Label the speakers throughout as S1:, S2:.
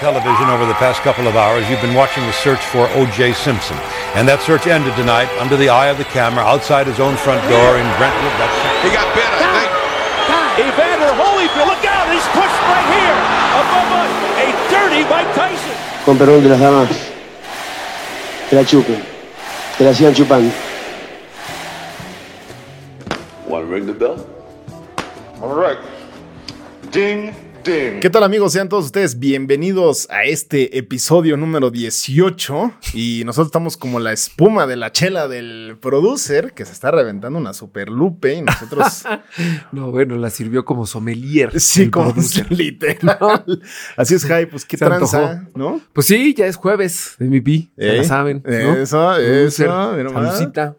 S1: television over the past couple of hours, you've been watching the search for O.J. Simpson. And that search ended tonight under the eye of the camera outside his own front door in Brentwood. That's
S2: He got bit, I think.
S3: Evander Holyfield, look out, he's pushed right here above us. A dirty Mike Tyson.
S4: Con perdón de las damas. Que la chupen. Que la sigan chupando.
S5: Want to ring the bell?
S2: All right. Ding, ding.
S6: ¿Qué tal amigos? Sean todos ustedes bienvenidos a este episodio número 18 y nosotros estamos como la espuma de la chela del producer que se está reventando una super lupe y nosotros
S7: No, bueno, la sirvió como sommelier.
S6: sí
S7: el
S6: como
S7: producer.
S6: literal. Así es, Jai, pues qué
S7: Se
S6: tranza,
S7: antojó.
S6: ¿no?
S7: Pues sí, ya es jueves de mi pi, ya
S6: Eh,
S7: la saben. ¿no?
S6: Eso,
S7: Producer,
S6: eso, mira nomás.
S7: saludcita.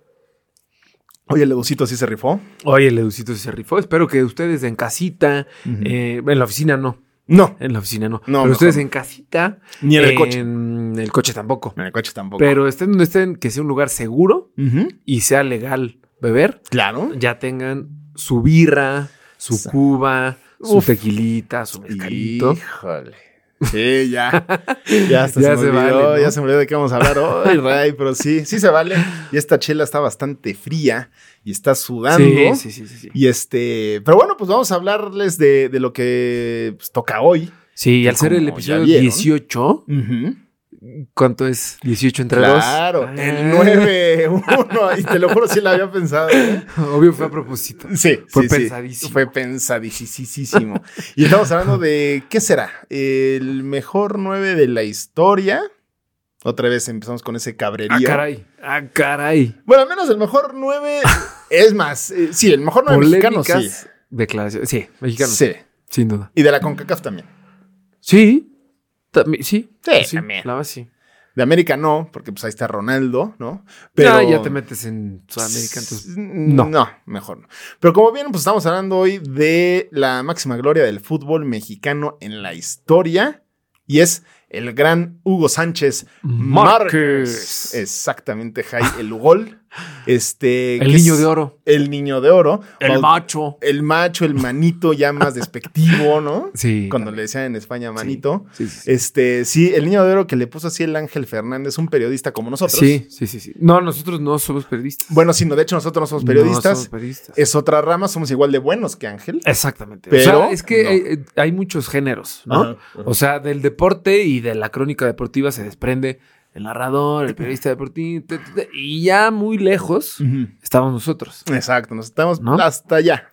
S6: Oye, el leducito sí se rifó.
S7: Oye, el Educito se rifó. Espero que ustedes en casita, eh, en la oficina no,
S6: No,
S7: en la oficina no,
S6: No,
S7: pero
S6: mejor
S7: ustedes
S6: no.
S7: en casita,
S6: ni en el coche.
S7: en el coche tampoco.
S6: En el coche tampoco.
S7: Pero estén donde estén, que sea un lugar seguro
S6: Ujú,
S7: y sea legal beber,
S6: claro.
S7: ya tengan su birra, su
S6: Sa-
S7: cuba, su
S6: Uf.
S7: tequilita, su mezcalito.
S6: Híjole. Sí, ya. Ya, hasta
S7: Ya
S6: se,
S7: se
S6: me olvidó,
S7: vale, ¿no?
S6: ya se me olvidó de qué vamos a hablar hoy, Ray, pero sí, sí se vale. Y esta chela está bastante fría y está sudando.
S7: Sí, sí, sí, sí, sí.
S6: Y este, pero bueno, pues vamos a hablarles de, de lo que pues, toca hoy.
S7: Sí, y al ser el
S6: como ya
S7: episodio
S6: vieron.
S7: 18, ¿cuánto es? 18 entre Ah, 2.
S6: Claro, el 9, 1, y te lo juro, sí la había pensado. ¿eh?
S7: Obvio fue a propósito.
S6: Sí,
S7: Fue
S6: sí,
S7: pensadísimo.
S6: Sí. Fue pensadísimo. y estamos hablando de, ¿qué será? El mejor 9 de la historia. Otra vez empezamos con ese cabrerío.
S7: Ah, caray. Ah, caray.
S6: Bueno, al menos el mejor 9 es más. eh, sí, el mejor 9 mexicano,
S7: Polémicas
S6: sí.
S7: declaraciones. Sí, mexicanos.
S6: Sí.
S7: Sin duda.
S6: Y de la CONCACAF también.
S7: Sí. Tambi- sí.
S6: Sí, también.
S7: La verdad, sí.
S6: De América no, porque pues ahí está Ronaldo, ¿no?
S7: Pero Ah, ya te metes en Sudamérica. Entonces,
S6: No. no, mejor no. Pero como bien, pues estamos hablando hoy de la máxima gloria del fútbol mexicano en la historia y es el gran Hugo Sánchez Márquez.
S7: Márquez.
S6: Exactamente, Jai, el gol. Este,
S7: el
S6: que
S7: niño
S6: es
S7: de oro.
S6: El niño de oro.
S7: El
S6: Baut-
S7: macho.
S6: El macho, el manito ya más despectivo, ¿no?
S7: Sí.
S6: Cuando le decían en España
S7: Sí.
S6: manito.
S7: Sí, sí, sí.
S6: Este, sí, el niño de oro que le puso así el Ángel Fernández, un periodista como nosotros.
S7: Sí, sí, sí, sí. No, nosotros no somos periodistas.
S6: Bueno, sí, no, de hecho nosotros no somos
S7: No
S6: periodistas.
S7: somos periodistas. Eh.
S6: Es otra rama, somos igual de buenos que Ángel.
S7: Exactamente.
S6: Pero,
S7: o sea, es que
S6: no.
S7: eh, eh, hay muchos géneros, ¿no?
S6: Ajá, ajá.
S7: O sea, del deporte y de la crónica deportiva se desprende el narrador, el periodista deportivo, te, te, te, y ya muy lejos estamos nosotros.
S6: Exacto, nos estamos
S7: ¿No?
S6: hasta allá.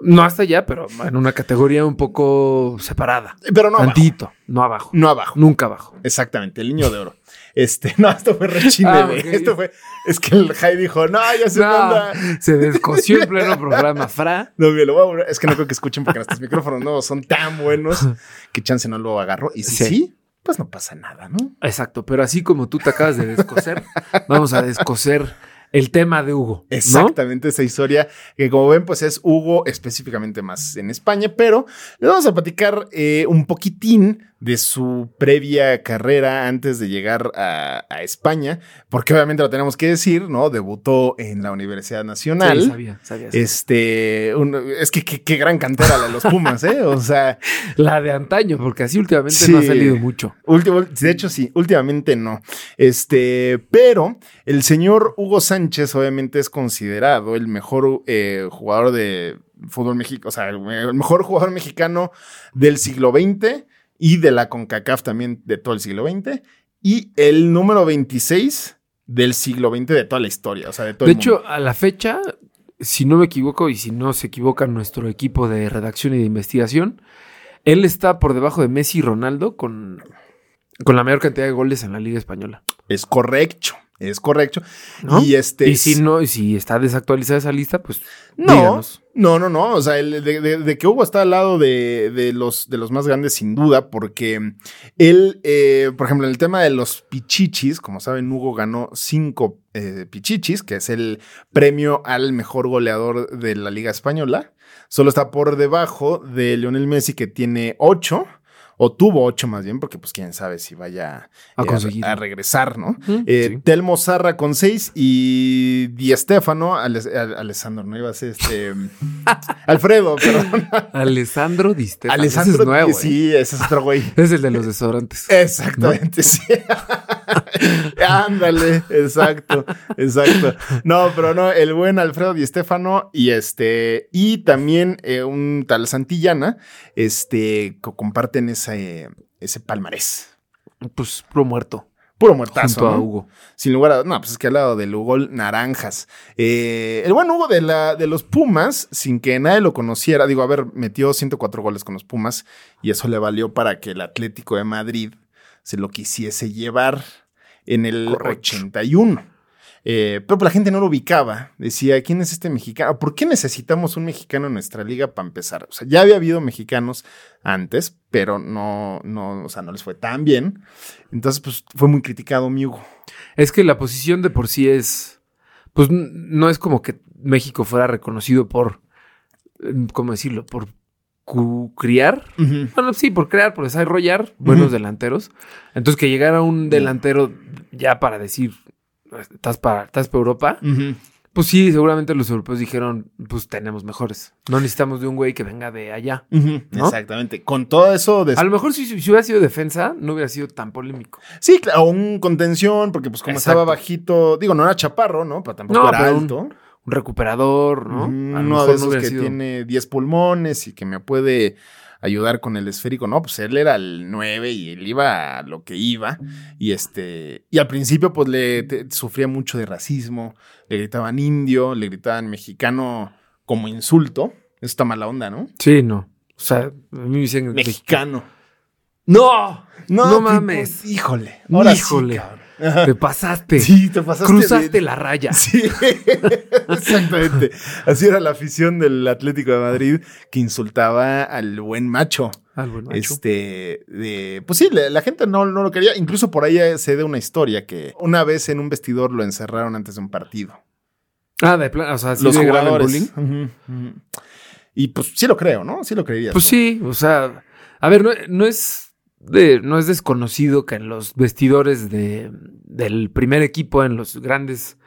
S7: No hasta allá, pero en una categoría un poco separada.
S6: Pero no abajo.
S7: Tantito, no abajo.
S6: No abajo.
S7: Nunca abajo.
S6: Exactamente, el niño de oro. Este, no, esto fue rechile,
S7: Ah,
S6: güey.
S7: ok.
S6: Esto fue. Es que el Jai dijo, no, ya se
S7: No,
S6: manda.
S7: Ah, se descoció en pleno programa. Fra,
S6: No, güey, lo voy a borrar. Es que no creo que escuchen porque nuestros micrófonos no son tan buenos que chance no lo agarro. Y si sí,
S7: Sí.
S6: pues no pasa nada, ¿no?
S7: exacto. Pero así como tú te acabas de descoser, vamos a descoser el tema de Hugo. ¿no?
S6: Exactamente esa historia que como ven pues es Hugo específicamente más en España, pero le vamos a platicar eh, un poquitín de su previa carrera antes de llegar a, a España, porque obviamente lo tenemos que decir, ¿no? Debutó en la Universidad Nacional.
S7: Sí, sabía, sabía. sabía.
S6: Este, un- es que qué qué gran cantera la de los Pumas, ¿eh? O sea,
S7: La de antaño, porque así últimamente no ha
S6: Sí.
S7: salido mucho.
S6: Último, de hecho, sí, últimamente no. Este, pero el señor Hugo Sánchez, obviamente, es considerado el mejor eh, jugador de fútbol mexicano, o sea, el, me- el mejor jugador mexicano del siglo XX y de la CONCACAF también de todo el siglo XX y el número 26 del siglo XX de toda la historia, o sea, de todo
S7: de
S6: el mundo.
S7: hecho, a la fecha, si no me equivoco y si no se equivoca nuestro equipo de redacción y de investigación, él está por debajo de Messi y Ronaldo con, con la mayor cantidad de goles en la Liga Española.
S6: es correcto, es correcto.
S7: ¿no?
S6: Y este
S7: Y si no, y si está desactualizada esa lista, pues
S6: No,
S7: díganos.
S6: no, no, no. O sea, el de, de- de que Hugo está al lado de, de los, de los más grandes, sin duda, porque él, eh, por ejemplo, en el tema de los pichichis, como saben, Hugo ganó cinco eh, pichichis, que es el premio al mejor goleador de la Liga Española. Solo está por debajo de Lionel Messi, que tiene ocho. o tuvo ocho más bien, porque pues quién sabe si vaya
S7: A
S6: eh,
S7: conseguir.
S6: a, regresar, ¿no?
S7: Ujú,
S6: Eh,
S7: sí.
S6: Telmo Zarra con seis y Di Stefano, Ales- Al- Alessandro, no iba a ser este. Alfredo, perdón.
S7: Alessandro Di Stefano.
S6: Alessandro,
S7: Ese es nuevo. ¿eh?
S6: sí, Eh. ese es otro güey.
S7: Es el de los desodorantes.
S6: Exactamente, sí. Ándale, exacto, exacto. No, pero no, el buen Alfredo Di Stefano y este, y también eh, un tal Santillana, este, que comparten ese, ese palmarés.
S7: Pues pro muerto.
S6: Puro muertazo.
S7: junto a
S6: ¿no?
S7: Hugo.
S6: Sin lugar a. No, pues es que al lado del Hugo Naranjas. Eh, el buen Hugo de, la, de los Pumas, sin que nadie lo conociera, digo, a ver, metió 104 goles con los Pumas y eso le valió para que el Atlético de Madrid se lo quisiese llevar en el
S7: Correcto.
S6: 81. Eh, pero la gente no lo ubicaba. Decía, ¿quién es este mexicano? ¿Por qué necesitamos un mexicano en nuestra liga para empezar? O sea, ya había habido mexicanos antes, pero no, no, o sea, no les fue tan bien. Entonces, pues fue muy criticado mi Hugo.
S7: Es que la posición de por sí es. Pues n- no es como que México fuera reconocido por. eh, ¿Cómo decirlo? Por cu- criar. Bueno, sí, por crear, por desarrollar buenos delanteros. Entonces, que llegara un delantero ya para decir. Estás para, estás para Europa. Pues sí, seguramente los europeos dijeron, pues tenemos mejores. No necesitamos de un güey que venga de allá. ¿No?
S6: Exactamente. Con todo eso de...
S7: A lo mejor si, si hubiera sido defensa, no hubiera sido tan polémico.
S6: Sí, claro, un contención, porque pues como
S7: Exacto.
S6: estaba bajito, digo, no era chaparro, ¿no? Pero tampoco
S7: No,
S6: era
S7: pero un-
S6: alto.
S7: Un recuperador, ¿no?
S6: ¿no?
S7: A lo
S6: Uno
S7: mejor
S6: de
S7: no
S6: esos
S7: hubiera
S6: que
S7: sido-
S6: tiene 10 pulmones y que me puede ayudar con el esférico. No, pues él era el 9 y él iba a lo que iba. Y este, y al principio, pues le te- sufría mucho de racismo, le gritaban indio, le gritaban mexicano como insulto. Eso está mala onda, ¿no?
S7: Sí, no. O sea, a mí me dicen...
S6: Mexicano.
S7: ¡No! No,
S6: pues,
S7: mames.
S6: pues, híjole. Ahora
S7: Híjole.
S6: Sí, cabrón. Ajá.
S7: Te pasaste.
S6: Sí, te pasaste.
S7: Cruzaste
S6: de-
S7: la raya.
S6: Sí, exactamente. Así era la afición del Atlético de Madrid que insultaba al buen macho.
S7: Al buen macho.
S6: Este, de, pues sí, la, la gente no, no lo quería. Incluso por ahí eh, se de una historia que una vez en un vestidor lo encerraron antes de un partido.
S7: Ah, de plan, o sea, sí
S6: Los
S7: de grave
S6: jugadores.
S7: bullying.
S6: Ujú, ujú. Y pues sí lo creo, ¿no? Sí lo creería.
S7: Pues sí, o sea, a ver, no, no es de, no es desconocido que en los vestidores de, del primer equipo, en los grandes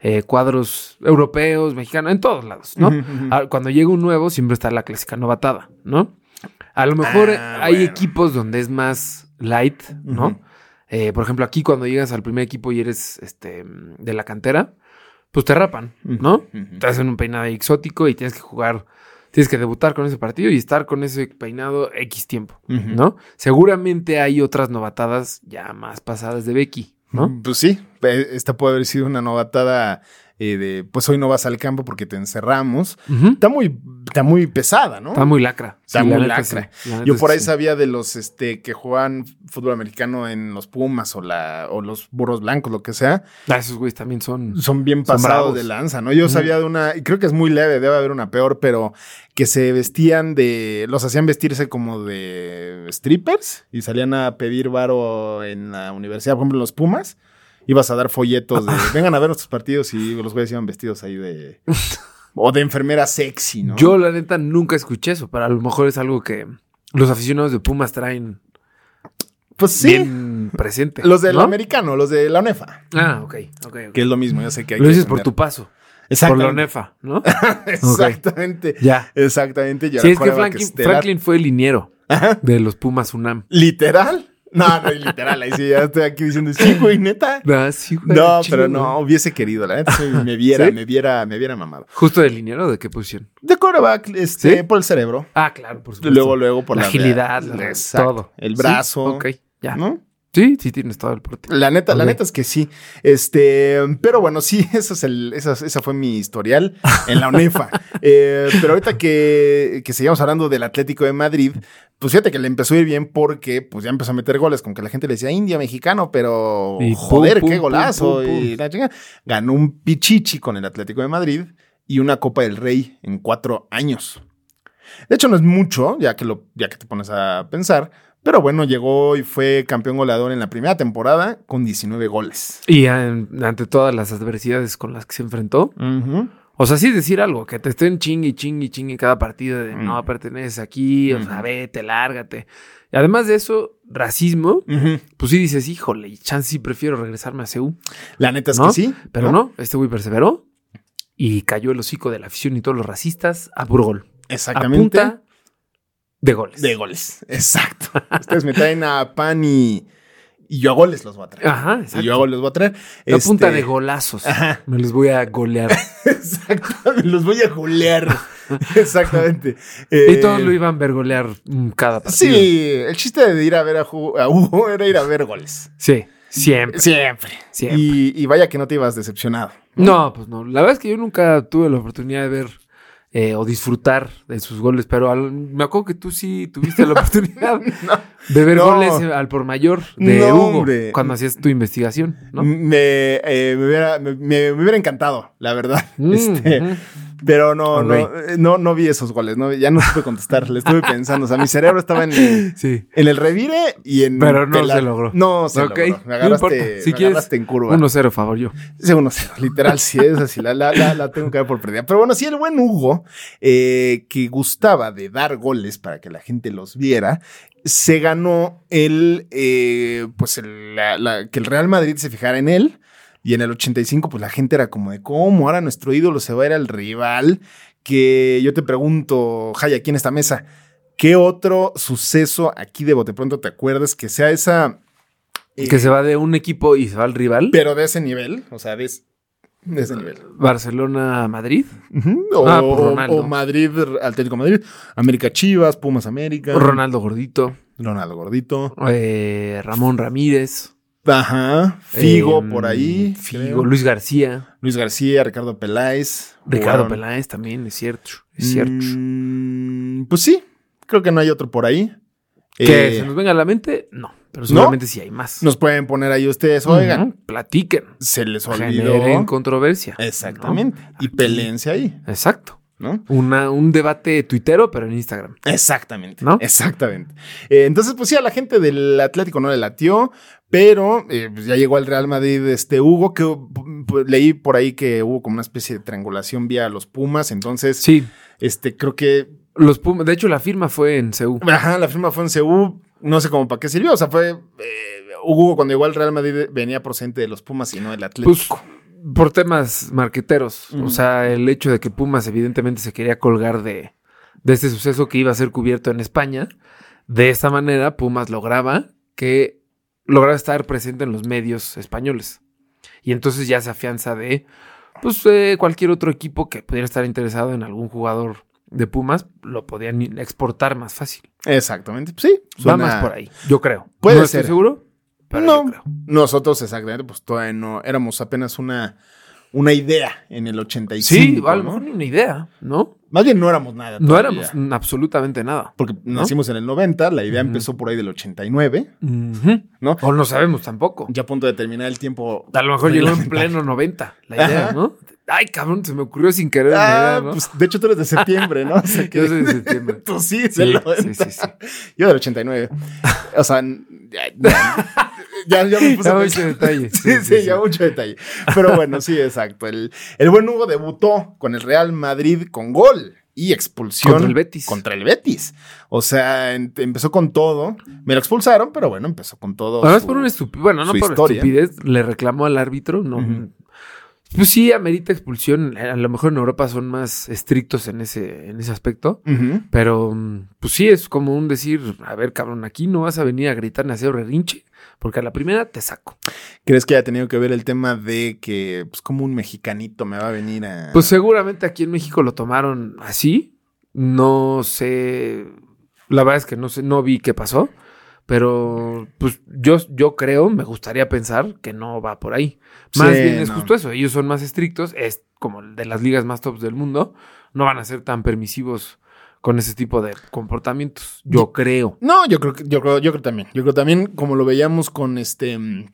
S7: eh, cuadros europeos, mexicanos, en todos lados, ¿no?
S6: Ujú, ujú.
S7: Ah, Cuando llega un nuevo, siempre está la clásica novatada, ¿no? A lo mejor
S6: Ah,
S7: hay
S6: bueno.
S7: equipos donde es más light, ¿no?
S6: Ujú.
S7: Eh, por ejemplo, aquí cuando llegas al primer equipo y eres este de la cantera, pues te rapan, ¿no?
S6: Ujú.
S7: te hacen un peinado exótico y tienes que jugar, tienes que debutar con ese partido y estar con ese peinado X tiempo,
S6: Ujú.
S7: ¿no? Seguramente hay otras novatadas ya más pasadas de Becky, ¿no?
S6: Pues sí, pe- esta puede haber sido una novatada eh, de, pues hoy no vas al campo porque te encerramos.
S7: Ujú.
S6: Está muy, está muy pesada, ¿no?
S7: Está muy lacra.
S6: Está
S7: Sí, la
S6: muy
S7: neta
S6: lacra.
S7: sí, la neta
S6: Yo por ahí
S7: sí.
S6: sabía de los este, que jugaban fútbol americano en los Pumas o, la, o los burros blancos, lo que sea.
S7: Ah, esos güeyes también son...
S6: Son bien
S7: Son
S6: pasados
S7: bravos.
S6: de lanza, ¿no? Yo
S7: Ujú.
S6: sabía de una, y creo que es muy leve, debe haber una peor, pero que se vestían de, los hacían vestirse como de strippers y salían a pedir varo en la universidad, por ejemplo, los Pumas. Ibas a dar folletos de, vengan a ver nuestros partidos y los güeyes iban vestidos ahí de... O de enfermera sexy, ¿no?
S7: Yo la neta nunca escuché eso, pero a lo mejor es algo que los aficionados de Pumas traen
S6: pues sí.
S7: bien presente.
S6: Los del
S7: ¿no?
S6: americano, los de la UNEFA.
S7: Ah, ok, ok, ok.
S6: Que es lo mismo, yo sé que hay
S7: Lo
S6: que
S7: dices por
S6: aprender.
S7: tu paso, por
S6: Exactamente.
S7: la nefa, ¿no?
S6: Exactamente.
S7: ya.
S6: Exactamente.
S7: Sí,
S6: y ahora
S7: es que
S6: coreback
S7: Franklin,
S6: estelar.
S7: Franklin fue el liniero de los Pumas UNAM.
S6: ¿Literal? No, no, literal. Ahí sí, ya estoy aquí diciendo, sí, güey, neta.
S7: Ah, sí, güey,
S6: No,
S7: chido,
S6: pero
S7: güey.
S6: no, hubiese querido, la neta. sí, me viera,
S7: ¿Sí?
S6: me viera, me viera mamado.
S7: ¿Justo del liniero o de qué posición?
S6: De coreback, este,
S7: ¿Sí?
S6: por el cerebro.
S7: Ah, claro, por supuesto.
S6: Luego, luego por la,
S7: agilidad, la-
S6: Exacto.
S7: todo.
S6: El
S7: Sí,
S6: brazo.
S7: Ok, ya.
S6: ¿No?
S7: Sí, sí tienes todo el porte.
S6: La neta, la
S7: Ok.
S6: neta es que sí. Este, pero bueno, sí, eso es el, esa, esa fue mi historial en la UNEFA. Eh, pero ahorita que, que sigamos hablando del Atlético de Madrid, pues fíjate que le empezó a ir bien porque pues ya empezó a meter goles, con que la gente le decía India, mexicano, pero
S7: Y pum,
S6: joder,
S7: pum,
S6: qué
S7: pum,
S6: golazo.
S7: pum, pum.
S6: y la chingada. Ganó un pichichi con el Atlético de Madrid y una Copa del Rey en cuatro años. De hecho, no es mucho, ya que, lo, ya que te pones a pensar. Pero bueno, llegó y fue campeón goleador en la primera temporada con 19 goles.
S7: Y an- ante todas las adversidades con las que se enfrentó, O sea, sí decir algo, que te estén chingue, chingue, chingue cada partido de
S6: Mm.
S7: no perteneces aquí, o sea, vete, lárgate. Y además de eso, racismo, pues sí dices, híjole, y chance sí prefiero regresarme a CEU.
S6: La neta es
S7: ¿no?
S6: que sí.
S7: Pero no, este güey perseveró y cayó el hocico de la afición y todos los racistas a Burgol.
S6: Exactamente.
S7: A punta de goles.
S6: De goles. Exacto. Ustedes me traen a pan y, y yo a goles los voy a traer.
S7: Ajá,
S6: Y yo a
S7: exacto.
S6: goles voy a traer.
S7: La
S6: Este,
S7: punta de golazos. Me los voy a golear.
S6: Exactamente. Los voy a golear. Exactamente.
S7: y
S6: Eh,
S7: todos lo iban a ver golear mm, cada partido.
S6: Sí, el chiste de ir a ver a, Ju- a Hugo era ir a ver goles.
S7: Sí, siempre.
S6: Siempre.
S7: Siempre.
S6: Y, y vaya que no te ibas decepcionado.
S7: No, pues no. La verdad es que yo nunca tuve la oportunidad de ver eh, o disfrutar de sus goles, pero al- me acuerdo que tú sí tuviste la oportunidad de ver
S6: No.
S7: goles al por mayor de
S6: No,
S7: Hugo
S6: hombre. Mm,
S7: cuando hacías tu investigación, ¿no?
S6: Me, eh, me, hubiera, me, me- me hubiera encantado, la verdad.
S7: Mm,
S6: Este,
S7: ujú.
S6: Pero no, no,
S7: Ok.
S6: eh, no, no vi esos goles. No, ya no supe contestar. Le estuve pensando. O sea, mi cerebro estaba en, en
S7: Sí.
S6: el revire y en.
S7: Pero no
S6: pela-
S7: se logró.
S6: No se
S7: Ok,
S6: logró. Me
S7: no
S6: agarraste,
S7: importa. Si
S6: me
S7: quieres,
S6: agarraste en curva.
S7: 1-0, favor yo.
S6: Sí, uno cero, literal, sí es así, la, la, la, la tengo que dar por perdida. Pero bueno, sí, el buen Hugo, eh, que gustaba de dar goles para que la gente los viera, se ganó el, eh, pues, el- la- la- que el Real Madrid se fijara en él. Y en el 85, pues la gente era como de cómo ahora nuestro ídolo se va a ir al rival. Que yo te pregunto, Jaya, aquí en esta mesa, ¿qué otro suceso aquí de bote pronto te acuerdas que sea esa. eh,
S7: Que se va de un equipo y se va al rival.
S6: pero de ese nivel, o sea, de, es- de ese nivel.
S7: Barcelona, Madrid.
S6: Ujú, O,
S7: Ah, por
S6: o-
S7: Ronaldo.
S6: o Madrid, Atlético de Madrid, América Chivas, Pumas América,
S7: Ronaldo Gordito.
S6: Ronaldo Gordito,
S7: eh, Ramón Ramírez.
S6: ajá, Figo
S7: em,
S6: por ahí,
S7: Figo,
S6: creo.
S7: Luis García.
S6: Luis García, Ricardo Peláez,
S7: Ricardo
S6: jugaron.
S7: Peláez también, es cierto. Es cierto.
S6: Mm, pues sí, creo que no hay otro por ahí.
S7: Que
S6: Eh,
S7: se nos venga a la mente, no. Pero seguramente sí hay más.
S6: nos pueden poner ahí ustedes, oigan,
S7: Ujú, Platiquen.
S6: se les
S7: Generen
S6: olvidó.
S7: controversia.
S6: Exactamente. Y
S7: Aquí.
S6: pelense ahí,
S7: ¿no? Exacto.
S6: ¿no?
S7: Una, un debate tuitero, pero en Instagram.
S6: Exactamente.
S7: ¿No?
S6: Exactamente. Eh, entonces, pues sí, a la gente del Atlético no le latió, pero eh, pues, ya llegó al Real Madrid este Hugo, que p- p- leí por ahí que hubo como una especie de triangulación vía los Pumas, entonces,
S7: Sí.
S6: este, creo que,
S7: Los Pumas- de hecho, la firma fue en CEU.
S6: ajá, la firma fue en CU, no sé cómo para qué sirvió, o sea, fue, eh, Hugo cuando llegó al Real Madrid venía procedente de los Pumas y no del Atlético.
S7: Pues, por temas marqueteros. O sea, el hecho de que Pumas evidentemente se quería colgar de, de este suceso que iba a ser cubierto en España. De esta manera, Pumas lograba que lograba estar presente en los medios españoles. Y entonces ya se afianza de pues eh, cualquier otro equipo que pudiera estar interesado en algún jugador de Pumas, lo podían i- exportar más fácil.
S6: Exactamente, pues, sí.
S7: Va
S6: suena-
S7: más por ahí, yo creo.
S6: Puede
S7: no estoy
S6: ser.
S7: seguro, pero
S6: no,
S7: yo creo.
S6: nosotros exactamente, pues todavía no, éramos apenas una, una idea en el 85.
S7: Sí, a lo
S6: ¿no?
S7: mejor ni una idea, ¿no?
S6: Más bien no éramos nada.
S7: No
S6: todavía.
S7: éramos mm, absolutamente nada.
S6: Porque nacimos en el 90, la idea empezó por ahí del 89,
S7: Ujú.
S6: ¿no?
S7: O no sabemos tampoco.
S6: Ya a punto de terminar el tiempo.
S7: A lo mejor llegó en
S6: reglamentario.
S7: pleno 90 la idea,
S6: Ajá.
S7: ¿no? Ay, cabrón, se me ocurrió sin querer una
S6: Ah,
S7: idea, ¿no?
S6: pues de hecho tú eres de septiembre, ¿no? O sea que-
S7: Yo soy de septiembre.
S6: tú sí, es
S7: Sí,
S6: del
S7: sí, sí,
S6: 90.
S7: sí.
S6: Yo del 89. O sea, n- ya, ya, ya me puse
S7: Ya mucho
S6: a pensar.
S7: detalle.
S6: Sí, sí, ya mucho detalle. Pero bueno, sí, exacto. El, el buen Hugo debutó con el Real Madrid con gol y expulsión.
S7: Contra el Betis.
S6: Contra el Betis. O sea, en- empezó con todo. Me lo expulsaron, pero bueno, empezó con todo.
S7: Además,
S6: su-
S7: por una estupidez, bueno, no
S6: su
S7: por
S6: historia.
S7: estupidez, le reclamó al árbitro, no.
S6: Ujú.
S7: Pues sí, amerita expulsión. eh, A lo mejor en Europa son más estrictos en ese, en ese aspecto.
S6: Ujú.
S7: Pero, mm, pues sí, es como un decir, a ver, cabrón, aquí no vas a venir a gritar ni a hacer berrinche, porque a la primera te saco.
S6: ¿Crees que haya tenido que ver el tema de que, pues, como un mexicanito me va a venir a.
S7: Pues seguramente aquí en México lo tomaron así. No sé. La verdad es que no sé, no vi qué pasó. Pero pues yo, yo creo, me gustaría pensar que no va por ahí. Más
S6: Sí,
S7: bien es
S6: no.
S7: justo eso. Ellos son más estrictos, es como de las ligas más tops del mundo. No van a ser tan permisivos con ese tipo de comportamientos. Yo creo.
S6: No, yo creo que, yo creo, yo creo también. Yo creo también, como lo veíamos con este mm,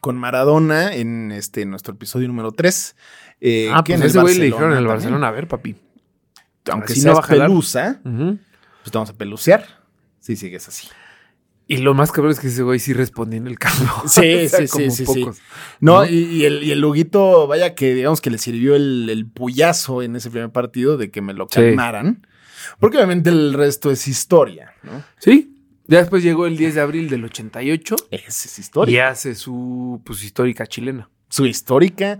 S6: con Maradona en este nuestro episodio número 3. Eh,
S7: ah,
S6: que
S7: pues
S6: en
S7: a
S6: el
S7: ese güey le dijeron en el
S6: también,
S7: Barcelona, a ver, papi.
S6: Aunque
S7: así no
S6: seas
S7: va a jalar".
S6: pelusa,
S7: Ujú.
S6: pues te vamos a pelucear. Sí, sigues así.
S7: Y lo más cabrón es que ese güey sí respondió en el carro.
S6: Sí,
S7: O sea,
S6: sí, sí,
S7: como
S6: sí, sí.
S7: pocos.
S6: No, Y, y el, y el Huguito, vaya que digamos que le sirvió el, el puyazo en ese primer partido de que me lo
S7: Sí.
S6: calmaran. Porque obviamente el resto es historia, ¿no?
S7: Sí. Ya después llegó el 10 de abril del 88
S6: Esa es historia.
S7: y hace su pues, histórica chilena.
S6: Su histórica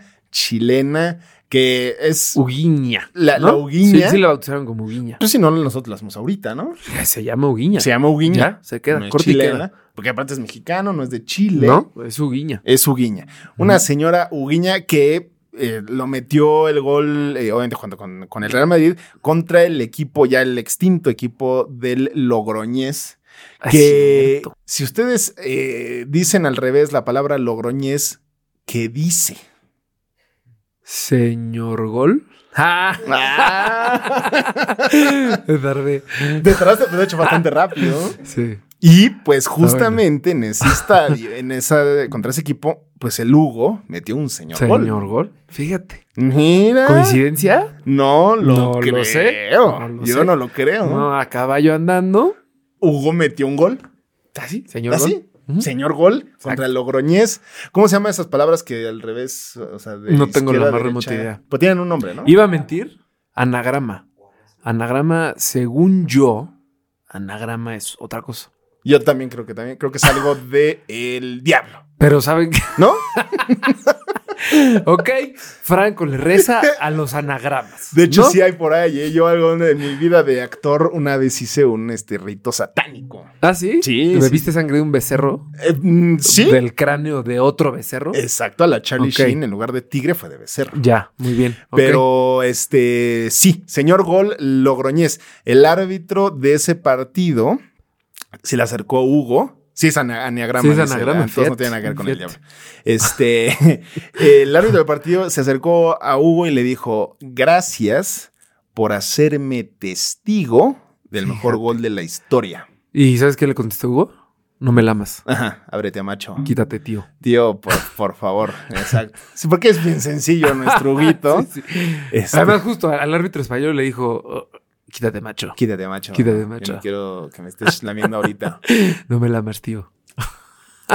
S6: chilena, que es.
S7: Uguiña.
S6: La- la Uguiña.
S7: Sí, sí la bautizaron como Uguiña.
S6: Pues si no, nosotros la hacemos ahorita, ¿no?
S7: Se llama Uguiña.
S6: Se llama Uguiña.
S7: Ya, se queda,
S6: No es
S7: corta y
S6: chilena,
S7: queda.
S6: porque aparte es mexicano, no es de Chile.
S7: ¿No? Es Uguiña.
S6: Es Uguiña. Una señora Uguiña que eh, lo metió el gol, eh, obviamente, cuando con, con el Real Madrid, contra el equipo, ya el extinto equipo del Logroñés.
S7: Ah,
S6: Que
S7: cierto.
S6: si ustedes eh, dicen al revés la palabra Logroñés, ¿qué dice?
S7: Señor Gol. ¡Ah!
S6: Ah.
S7: Me tardé.
S6: Te tardaste, pero de hecho, bastante rápido.
S7: Sí.
S6: Y pues justamente en ese estadio, en esa, contra ese equipo, pues el Hugo metió un señor, gol.
S7: Señor Gol. Fíjate.
S6: Mira.
S7: ¿Coincidencia?
S6: No lo
S7: No lo
S6: creo.
S7: sé. No lo
S6: Yo
S7: sé.
S6: Ah, no lo creo.
S7: No, a caballo andando.
S6: Hugo metió un gol.
S7: ¿Así? Señor
S6: ¿Así?
S7: Gol. Ujú.
S6: Señor gol contra Logroñez. ¿Cómo se llaman esas palabras que al revés? o sea, de
S7: No tengo
S6: izquierda
S7: la
S6: a
S7: más
S6: derecha?
S7: remota idea.
S6: Pues tienen un nombre, ¿no?
S7: Iba a mentir. Anagrama. Anagrama, según yo, anagrama es otra cosa.
S6: Yo también creo que también creo que es algo de el diablo,
S7: Pero saben que.
S6: ¿no?
S7: Ok, Franco le reza a los anagramas.
S6: De hecho
S7: ¿no?
S6: sí hay por ahí. ¿eh? Yo algo de mi vida de actor una vez hice un este rito satánico.
S7: ¿Ah, sí?
S6: Sí,
S7: ¿Bebiste sangre de un becerro?
S6: Eh, mm, sí.
S7: ¿Del cráneo de otro becerro?
S6: Exacto, a la Charlie
S7: Ok.
S6: Sheen en lugar de tigre fue de becerro.
S7: Ya, muy bien. ok.
S6: Pero este sí, señor Gol Logroñez, el árbitro de ese partido se le acercó a Hugo. Sí, es ana- anagrama.
S7: Sí, es
S6: dice,
S7: anagrama,
S6: entonces no
S7: fíjate,
S6: tiene nada que ver con el
S7: fíjate.
S6: diablo. Este, el árbitro del partido se acercó a Hugo y le dijo: Gracias por hacerme testigo del mejor gol de la historia.
S7: ¿Y sabes qué le contestó Hugo? No me lamas.
S6: Ajá, ábrete a macho.
S7: Quítate, tío.
S6: Tío, por, por favor. Exacto. Sí, porque es bien sencillo nuestro Huguito.
S7: Sí, sí.
S6: Este-
S7: Además, justo al árbitro español le dijo: "Oh, Quítate, macho.
S6: Quítate, macho.
S7: Quítate,
S6: Yo
S7: macho.
S6: no quiero que me estés lamiendo ahorita.
S7: No me lamas, tío.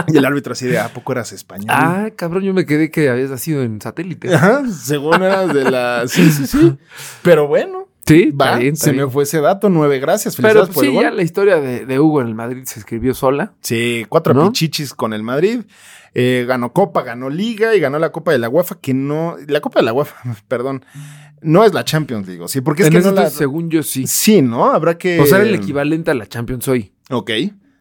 S6: y el árbitro así de, ¿a poco eras español?
S7: Ah, cabrón, yo me quedé que habías nacido en satélite.
S6: Ajá, según eras de la... Sí, sí, sí. Pero bueno,
S7: Sí,
S6: va,
S7: está bien, está
S6: se
S7: bien.
S6: me fue ese dato. Nueve gracias.
S7: Pero
S6: Felicidades
S7: pues,
S6: por
S7: sí,
S6: el gol.
S7: ya la historia de, de Hugo en el Madrid se escribió sola.
S6: Sí, cuatro
S7: ¿No?
S6: pichichis con el Madrid. Eh, ganó Copa, ganó Liga y ganó la Copa de la UEFA, que no... La Copa de la UEFA, perdón. No es la Champions League, ¿o ¿sí? Porque es
S7: En
S6: que
S7: ese
S6: no la...
S7: entonces, según yo, sí.
S6: Sí, ¿no? Habrá que...
S7: O sea, era el equivalente a la Champions hoy.
S6: Ok,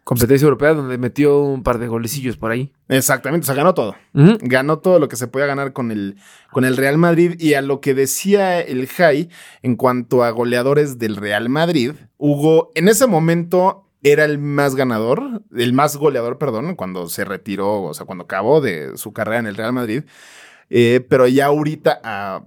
S7: Competencia europea donde metió un par de golecillos por ahí.
S6: exactamente. O sea, ganó todo.
S7: Ujú.
S6: ganó todo lo que se podía ganar con el, con el Real Madrid y a lo que decía el Jai en cuanto a goleadores del Real Madrid, Hugo en ese momento era el más ganador, el más goleador, perdón, cuando se retiró, o sea, cuando acabó de su carrera en el Real Madrid. Eh, pero ya ahorita, a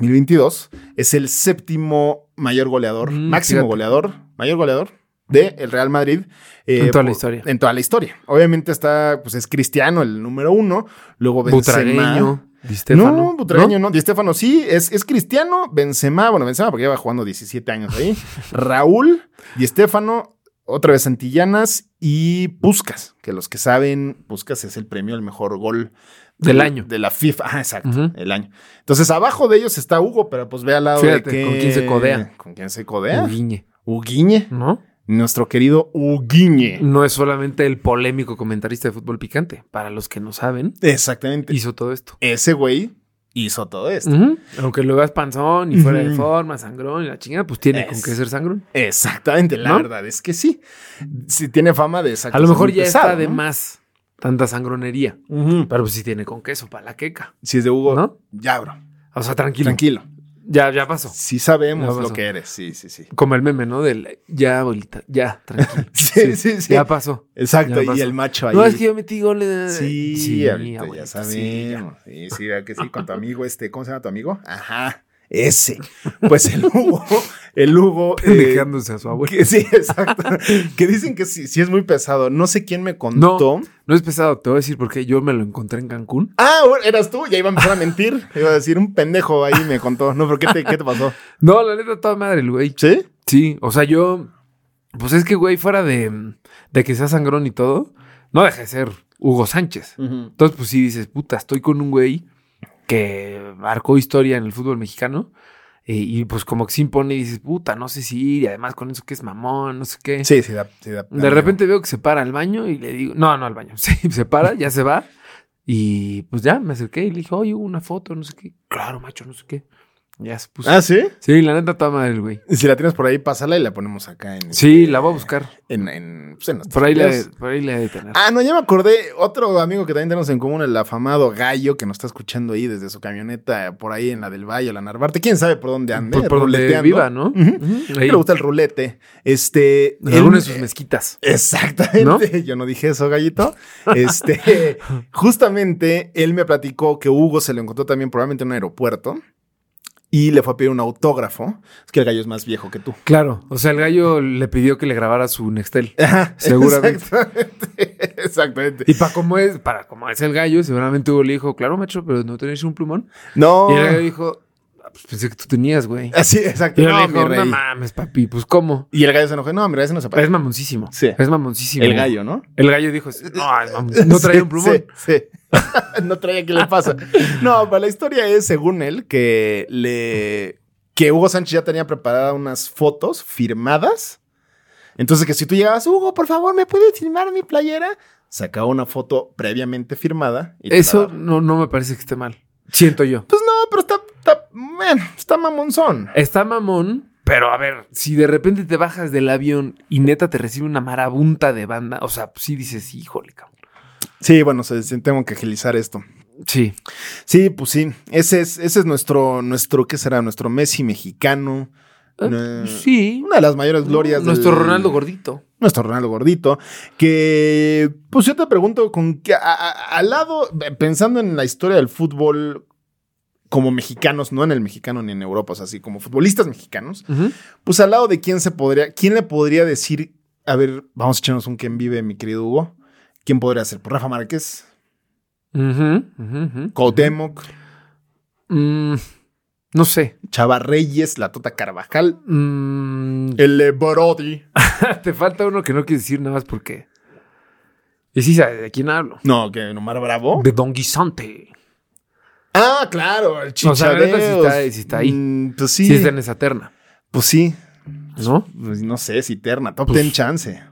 S6: 2022, es el séptimo mayor goleador,
S7: Mm,
S6: máximo
S7: fíjate.
S6: goleador, mayor goleador de el Real Madrid. eh,
S7: En toda la
S6: por-
S7: historia.
S6: En toda la historia. Obviamente está, pues es Cristiano el número uno, luego Benzema.
S7: Butragueño, Di Stéfano,
S6: No, Butragueño no. Di Stefano sí, es, es Cristiano, Benzema, bueno, Benzema porque lleva jugando 17 años ahí. Raúl, Di Stefano, otra vez Santillanas y Puscas, que los que saben, Puscas es el premio al mejor gol
S7: Del año.
S6: De la FIFA, ah, exacto,
S7: Ujú.
S6: el año. Entonces abajo de ellos está Hugo, pero pues ve al lado
S7: Fíjate,
S6: de que...
S7: ¿con quién se codea?
S6: ¿Con quién se codea?
S7: Uguiñe,
S6: Uguiñe,
S7: ¿no?
S6: nuestro querido Uguiñe.
S7: No es solamente el polémico comentarista de fútbol picante. Para los que no saben,
S6: Exactamente.
S7: hizo todo esto.
S6: Ese güey hizo todo esto.
S7: Ujú. Aunque lo veas panzón y fuera de
S6: Ujú.
S7: forma, sangrón y la chingada, pues tiene
S6: Es.
S7: con qué ser sangrón.
S6: Exactamente, la
S7: ¿No?
S6: verdad es que sí. Sí tiene fama de esa
S7: A lo mejor ya está de más tanta sangronería.
S6: Pero
S7: Pero pues sí tiene con queso para la queca,
S6: si es de Hugo,
S7: ¿no?
S6: ya, bro.
S7: O sea, tranquilo.
S6: Tranquilo.
S7: Ya, ya pasó.
S6: Sí sabemos
S7: Ya
S6: lo
S7: pasó.
S6: que eres. Sí, sí, sí.
S7: Como el meme, ¿no? Del ya, abuelita, ya, tranquilo.
S6: Sí, sí, sí.
S7: Ya pasó.
S6: Exacto.
S7: ya
S6: Y
S7: pasó.
S6: el macho ahí.
S7: No, es que yo metí goles.
S6: Sí, ahorita
S7: abuelita,
S6: ya
S7: sí, ya.
S6: sabemos. Sí, sí, ¿verdad que sí, con tu amigo este, ¿cómo se llama tu amigo? Ajá, ese. Pues el Hugo, el Hugo. eh,
S7: Pendejeándose a su abuelo.
S6: que, sí, exacto. que dicen que sí, sí es muy pesado. No sé quién me contó.
S7: No es pesado, te voy a decir porque yo me lo encontré en Cancún.
S6: Ah, bueno, eras tú, ya iba a empezar a mentir. Iba a decir, un pendejo ahí me contó. No, pero ¿qué te, qué te pasó?
S7: No, la neta, toda madre, el güey.
S6: ¿Sí?
S7: Sí, o sea, yo Pues es que, güey, fuera de, mm, de que sea sangrón y todo, no deja de ser Hugo Sánchez. Entonces, pues sí dices, puta, estoy con un güey que marcó historia en el fútbol mexicano. eh, y pues como que se impone y dices, puta, no sé si ir. Y además con eso que es mamón, no sé qué.
S6: Sí, sí, da, sí da-
S7: De repente veo que se para al baño y le digo, no, no al baño. Sí, se para, ya se va. Y pues ya me acerqué y le dije, oye, hubo una foto, no sé qué. Claro, macho, no sé qué. Ya se puso.
S6: Ah, ¿sí?
S7: Sí, la neta está mal, güey.
S6: Y Si la tienes por ahí, pásala y la ponemos acá en...
S7: Sí, la voy a buscar.
S6: En, en, pues, en las
S7: Por ahí la,
S6: historias.
S7: por ahí la he de tener.
S6: Ah, no, ya me acordé. Otro amigo que también tenemos en común, el afamado Gallo, que nos está escuchando ahí desde su camioneta, por ahí en la del Valle, la Narvarte. ¿Quién sabe por dónde anda?
S7: Pues por, por donde viva, ¿no? Ahí.
S6: Le gusta el rulete. Este...
S7: En eh, alguna de
S6: él-
S7: sus mezquitas.
S6: Exactamente. Yo no dije eso, gallito. Este, justamente él me platicó que Hugo se lo encontró también probablemente en un aeropuerto y le fue a pedir un autógrafo. Es que el gallo es más viejo que tú.
S7: Claro. O sea, el gallo le pidió que le grabara su Nextel. seguramente.
S6: Exactamente. Exactamente.
S7: Y para como es, para como es el gallo, seguramente Hugo le dijo, claro, macho, pero no tenés un plumón.
S6: No.
S7: Y el gallo dijo, "Ah, pues pensé que tú tenías, güey.
S6: Así,
S7: Y
S6: exacto.
S7: yo
S6: Oh.
S7: le
S6: Eh, No, mi
S7: dijo, no
S6: rey.
S7: mames, papi, pues cómo.
S6: Y el gallo se enojó. No, mira, ese no se
S7: Es
S6: parece.
S7: mamoncísimo.
S6: Sí.
S7: Es mamoncísimo.
S6: El gallo, ¿no?
S7: El gallo dijo, no, es mamon- no traía
S6: Sí,
S7: un plumón. Ah.
S6: Sí, sí. no traía qué le pasa. No, pero la historia es, según él, que le que Hugo Sánchez ya tenía preparadas unas fotos firmadas. Entonces, que si tú llegabas, Hugo, por favor, ¿me puedes firmar mi playera? Sacaba una foto previamente firmada. y te la
S7: Eso
S6: daba.
S7: no, no me parece que esté mal. Siento yo.
S6: Pues no, pero está, está, man, está mamonzón.
S7: Está mamón, pero a ver, si de repente te bajas del avión y neta te recibe una marabunta de banda, o sea, sí dices, híjole, cabrón.
S6: Sí, bueno, se- se- tengo que agilizar esto.
S7: Sí.
S6: Sí, pues sí. Ese es, ese es nuestro, nuestro, ¿qué será? Nuestro Messi mexicano. Eh,
S7: Ah, Pues sí.
S6: Una de las mayores glorias. del-
S7: Nuestro Ronaldo gordito.
S6: nuestro Ronaldo Gordito, que pues yo te pregunto, con qué- a- a- al lado, pensando en la historia del fútbol como mexicanos, no en el mexicano ni en Europa, o sea, así como futbolistas mexicanos, pues al lado de quién se podría, quién le podría decir, a ver, vamos a echarnos un quien vive, mi querido Hugo, quién podría ser, pues Rafa Márquez,
S7: Ujú, ujú, ujú.
S6: Coutemoc,
S7: Mm, no sé.
S6: Chava Reyes, La Tota Carvajal,
S7: Mm,
S6: el eh, Brody.
S7: te falta uno que no quieres decir nada más porque. Y sí, ¿sabes de quién hablo?
S6: No, que Omar Bravo.
S7: De Don Guisante.
S6: Ah, claro, el
S7: O sea, la neta sí está-
S6: Chichadeos.
S7: sí está ahí.
S6: Mm, pues
S7: Sí,
S6: sí.
S7: está en esa terna,
S6: Pues sí,
S7: ¿no?
S6: pues, no sé, si terna, top
S7: Pues-
S6: ten chance.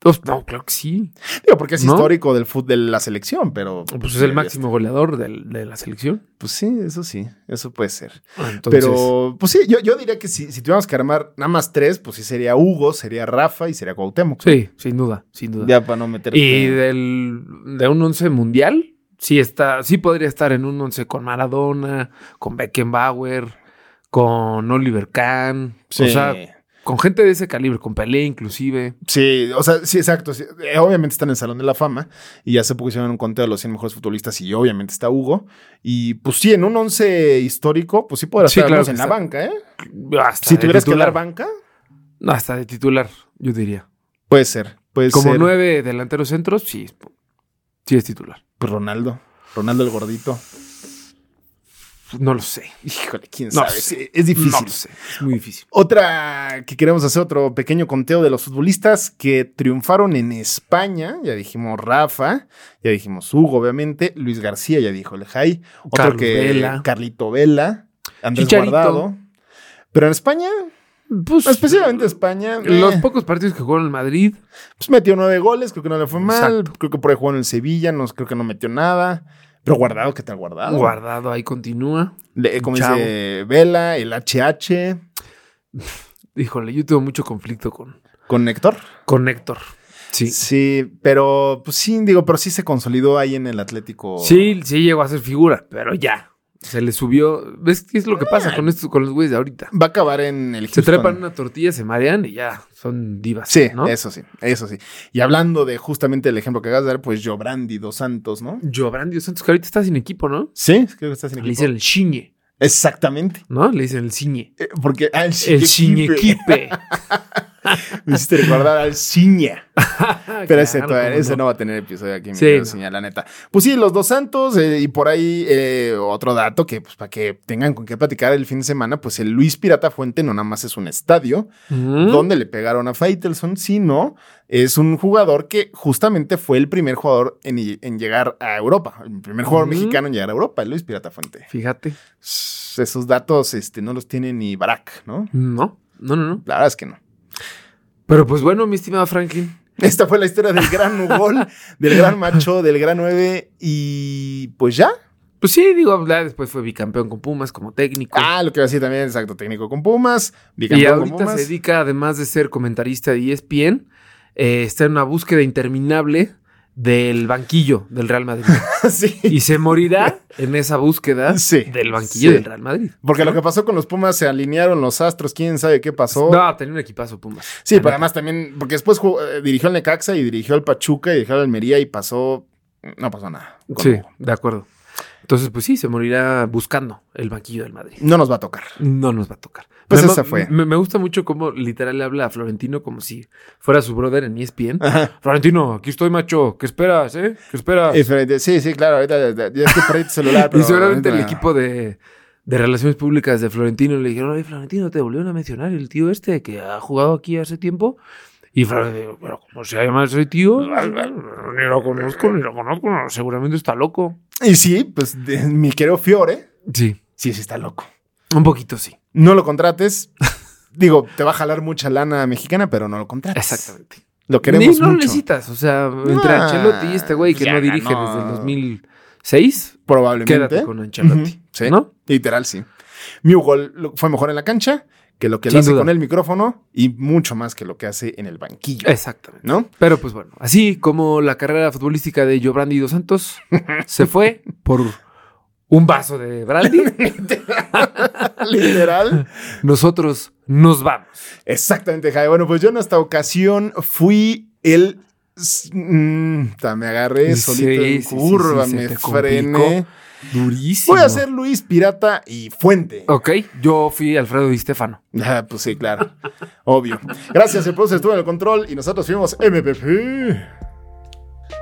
S7: Pues, no, claro que sí.
S6: Digo, porque es
S7: ¿No?
S6: histórico del fútbol de la selección, pero.
S7: Pues es el máximo goleador del- de la selección.
S6: Pues sí, eso sí, eso puede ser.
S7: Entonces,
S6: pero, pues sí, yo, yo diría que si, si tuviéramos que armar nada más tres, pues sí sería Hugo, sería Rafa y sería Cuauhtémoc.
S7: Sí, sin duda, sin duda.
S6: Ya para no meter.
S7: Y del, de un once mundial, sí está, sí podría estar en un once con Maradona, con Beckenbauer, con Oliver Kahn,
S6: Sí.
S7: o sea, con gente de ese calibre, con Pelé inclusive.
S6: Sí, o sea, sí, exacto. sí. Eh, Obviamente están en el Salón de la Fama y hace poco hicieron un conteo de los 100 mejores futbolistas y obviamente está Hugo. Y pues sí, en un once histórico, pues sí podrá
S7: Sí,
S6: estar al
S7: claro
S6: menos
S7: que
S6: en la
S7: está.
S6: banca, ¿eh?
S7: Hasta
S6: Si
S7: de
S6: tuvieras que
S7: titular.
S6: dar banca,
S7: No, Hasta de titular, yo diría.
S6: puede ser. Puede
S7: Como
S6: ser.
S7: nueve delanteros centros, sí, sí es titular.
S6: Pues Ronaldo. Ronaldo el gordito.
S7: No lo sé.
S6: Híjole, quién
S7: No
S6: sabe.
S7: sé.
S6: Sí, Es difícil.
S7: No lo sé. Es muy difícil.
S6: Otra que queremos hacer otro pequeño conteo de los futbolistas que triunfaron en España. Ya dijimos Rafa, ya dijimos Hugo, obviamente. Luis García, ya dijo el Jai. Otro
S7: Carlos
S6: que
S7: Vela.
S6: Carlito Vela, Andrés
S7: Chicharito.
S6: Guardado. Pero en España,
S7: Pues,
S6: especialmente España,
S7: los
S6: eh,
S7: pocos partidos que jugó en el Madrid,
S6: pues metió nueve goles, creo que no le fue mal.
S7: Exacto.
S6: Creo que por ahí jugó en el Sevilla, no, creo que no metió nada. Pero guardado, ¿qué tal guardado?
S7: guardado ahí continúa.
S6: Le- como
S7: Chavo.
S6: dice Vela, el HH,
S7: Híjole, yo tuve mucho conflicto con,
S6: con Héctor.
S7: con Héctor. Sí.
S6: Sí, pero pues sí, digo, pero sí se consolidó ahí en el Atlético.
S7: Sí, sí llegó a ser figura, pero ya. Se le subió. ¿Ves qué es lo que
S6: Ah.
S7: pasa con estos, con los güeyes de ahorita?
S6: Va a acabar en el
S7: Se
S6: Houston.
S7: trepan una tortilla, se marean y ya son divas.
S6: Sí,
S7: ¿no?
S6: eso sí, eso sí. Y hablando de justamente el ejemplo que acabas de dar, pues Jobrandi dos Santos, ¿no?
S7: Giovanni Dos Santos, que ahorita está sin equipo, ¿no?
S6: Sí, creo que está sin
S7: Le
S6: equipo.
S7: dicen el chiñe,
S6: Exactamente.
S7: ¿no? Le dicen el ciñe.
S6: Eh, Porque ah, el
S7: El
S6: Chiquipe.
S7: chiñequipe.
S6: Me hiciste recordar al Ciña.
S7: Ah,
S6: Pero ese,
S7: claro,
S6: todavía-
S7: cómo
S6: ese
S7: no.
S6: no va a tener episodio aquí, mi
S7: Sí, no.
S6: querido Ciña, la neta. Pues sí, los dos santos eh, y por ahí eh, otro dato que pues para que tengan con qué platicar el fin de semana, pues el Luis Pirata Fuente no nada más es un estadio
S7: Ujú.
S6: donde le pegaron a Faitelson, sino es un jugador que justamente fue el primer jugador en, en llegar a Europa, el primer jugador
S7: Ujú.
S6: mexicano en llegar a Europa, el Luis Pirata Fuente.
S7: Fíjate.
S6: S- Esos datos este, no los tiene ni Barack, ¿no?
S7: No, no, no, no.
S6: La verdad es que no.
S7: Pero pues bueno, mi estimado Franklin.
S6: Esta fue la historia del gran gol, del gran macho, del gran 9 y pues ya.
S7: Pues sí, digo, ya después fue bicampeón con Pumas como técnico.
S6: Ah, lo que iba a decir también, exacto, técnico con Pumas,
S7: y
S6: bicampeón con
S7: ahorita se
S6: Pumas.
S7: dedica, además de ser comentarista de E ESPN, eh, está en una búsqueda interminable del banquillo del Real Madrid.
S6: sí.
S7: Y se morirá en esa búsqueda
S6: Sí,
S7: del banquillo
S6: sí.
S7: del Real Madrid.
S6: Porque lo que pasó con los Pumas se alinearon los astros, quién sabe qué pasó.
S7: No, tenía un equipazo Pumas.
S6: Sí,
S7: La
S6: pero
S7: neta.
S6: además también, porque después jugó- eh, dirigió al Necaxa y dirigió al Pachuca y dirigió al Almería y pasó, no pasó nada. con
S7: Sí,
S6: Hugo.
S7: de acuerdo. Entonces, pues sí, se morirá buscando el banquillo del Madrid.
S6: No nos va a tocar.
S7: No nos va a tocar.
S6: Pues
S7: Me-
S6: esa
S7: me-
S6: fue.
S7: Me, me gusta mucho cómo literal le habla a Florentino como si fuera su brother en E ESPN. Florentino, aquí estoy, macho. ¿Qué esperas, eh? ¿Qué esperas?
S6: Y Fred, Sí, sí, claro, ahorita ya- ya es que perdí tu celular.
S7: Y
S6: Ah, pero
S7: seguramente el
S6: ahorita-
S7: equipo de, de Relaciones Públicas de Florentino le dijeron, oye, Florentino, te volvieron a mencionar el tío este que ha jugado aquí hace tiempo. Y Florentino, pero ¿cómo se llama ese tío? "Ah, Ni lo conozco, ni lo conozco. no, Seguramente está loco.
S6: Y sí, pues de- mi querido Fiore,
S7: Sí,
S6: sí, sí está loco.
S7: un poquito sí.
S6: No lo contrates. Digo, te va a jalar mucha lana mexicana, pero no lo contrates.
S7: Exactamente.
S6: Lo
S7: Ni
S6: queremos
S7: no lo
S6: mucho.
S7: necesitas. O sea, entre
S6: Ah,
S7: Ancelotti y este güey que
S6: ya
S7: no dirige
S6: ganó.
S7: desde el 2006,
S6: Probablemente.
S7: quédate con Ancelotti.
S6: Ujú, sí.
S7: ¿No?
S6: Literal, sí. Mugol lo- fue mejor en la cancha que lo que
S7: Sin
S6: lo hace
S7: duda.
S6: con el micrófono y mucho más que lo que hace en el
S7: Eh.
S6: banquillo.
S7: Exactamente.
S6: ¿No?
S7: Pero pues bueno, así como la carrera futbolística de Giovanni Dos Santos se fue por un vaso de brandy,
S6: Literal.
S7: nosotros nos vamos.
S6: Exactamente, Jai. Bueno, pues yo en esta ocasión fui el. s- mm, ta, me agarré
S7: Sí,
S6: solito
S7: sí,
S6: en
S7: sí,
S6: curva,
S7: sí, se
S6: me
S7: te
S6: frené.
S7: complicó. Durísimo.
S6: Voy a ser Luis Pirata y Fuente.
S7: Ok, yo fui Alfredo Di Stefano.
S6: Ah, pues sí, claro. Obvio. Gracias, el productor estuvo en el control y nosotros fuimos MPP.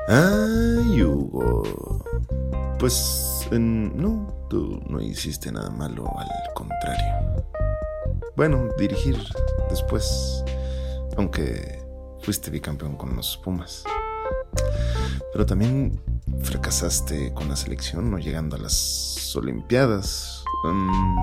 S5: Ay, Hugo. Pues mm, no, tú no hiciste nada malo, al contrario. Bueno, dirigir después, aunque fuiste bicampeón con los Pumas. Pero también fracasaste con la selección, no llegando a las Olimpiadas. Mm,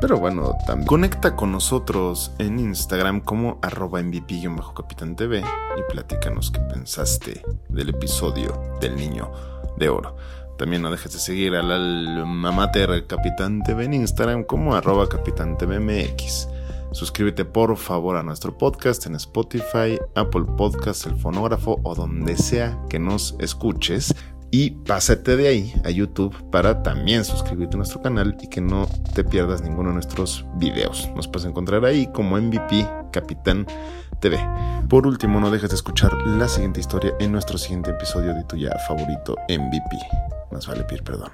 S5: Pero bueno, también conecta con nosotros en Instagram como arroba MVP-Capitán TV y platícanos qué pensaste del episodio del niño de oro. También no dejes de seguir al alma mater Capitán TV en Instagram como arroba Capitán TV MX. Suscríbete por favor a nuestro podcast en Spotify, Apple Podcast, El Fonógrafo o donde sea que nos escuches. Y pásate de ahí a YouTube para también suscribirte a nuestro canal y que no te pierdas ninguno de nuestros videos. Nos puedes encontrar ahí como MVP Capitán TV. Por último, no dejes de escuchar la siguiente historia en nuestro siguiente episodio de tu ya favorito MVP. Más vale pedir perdón.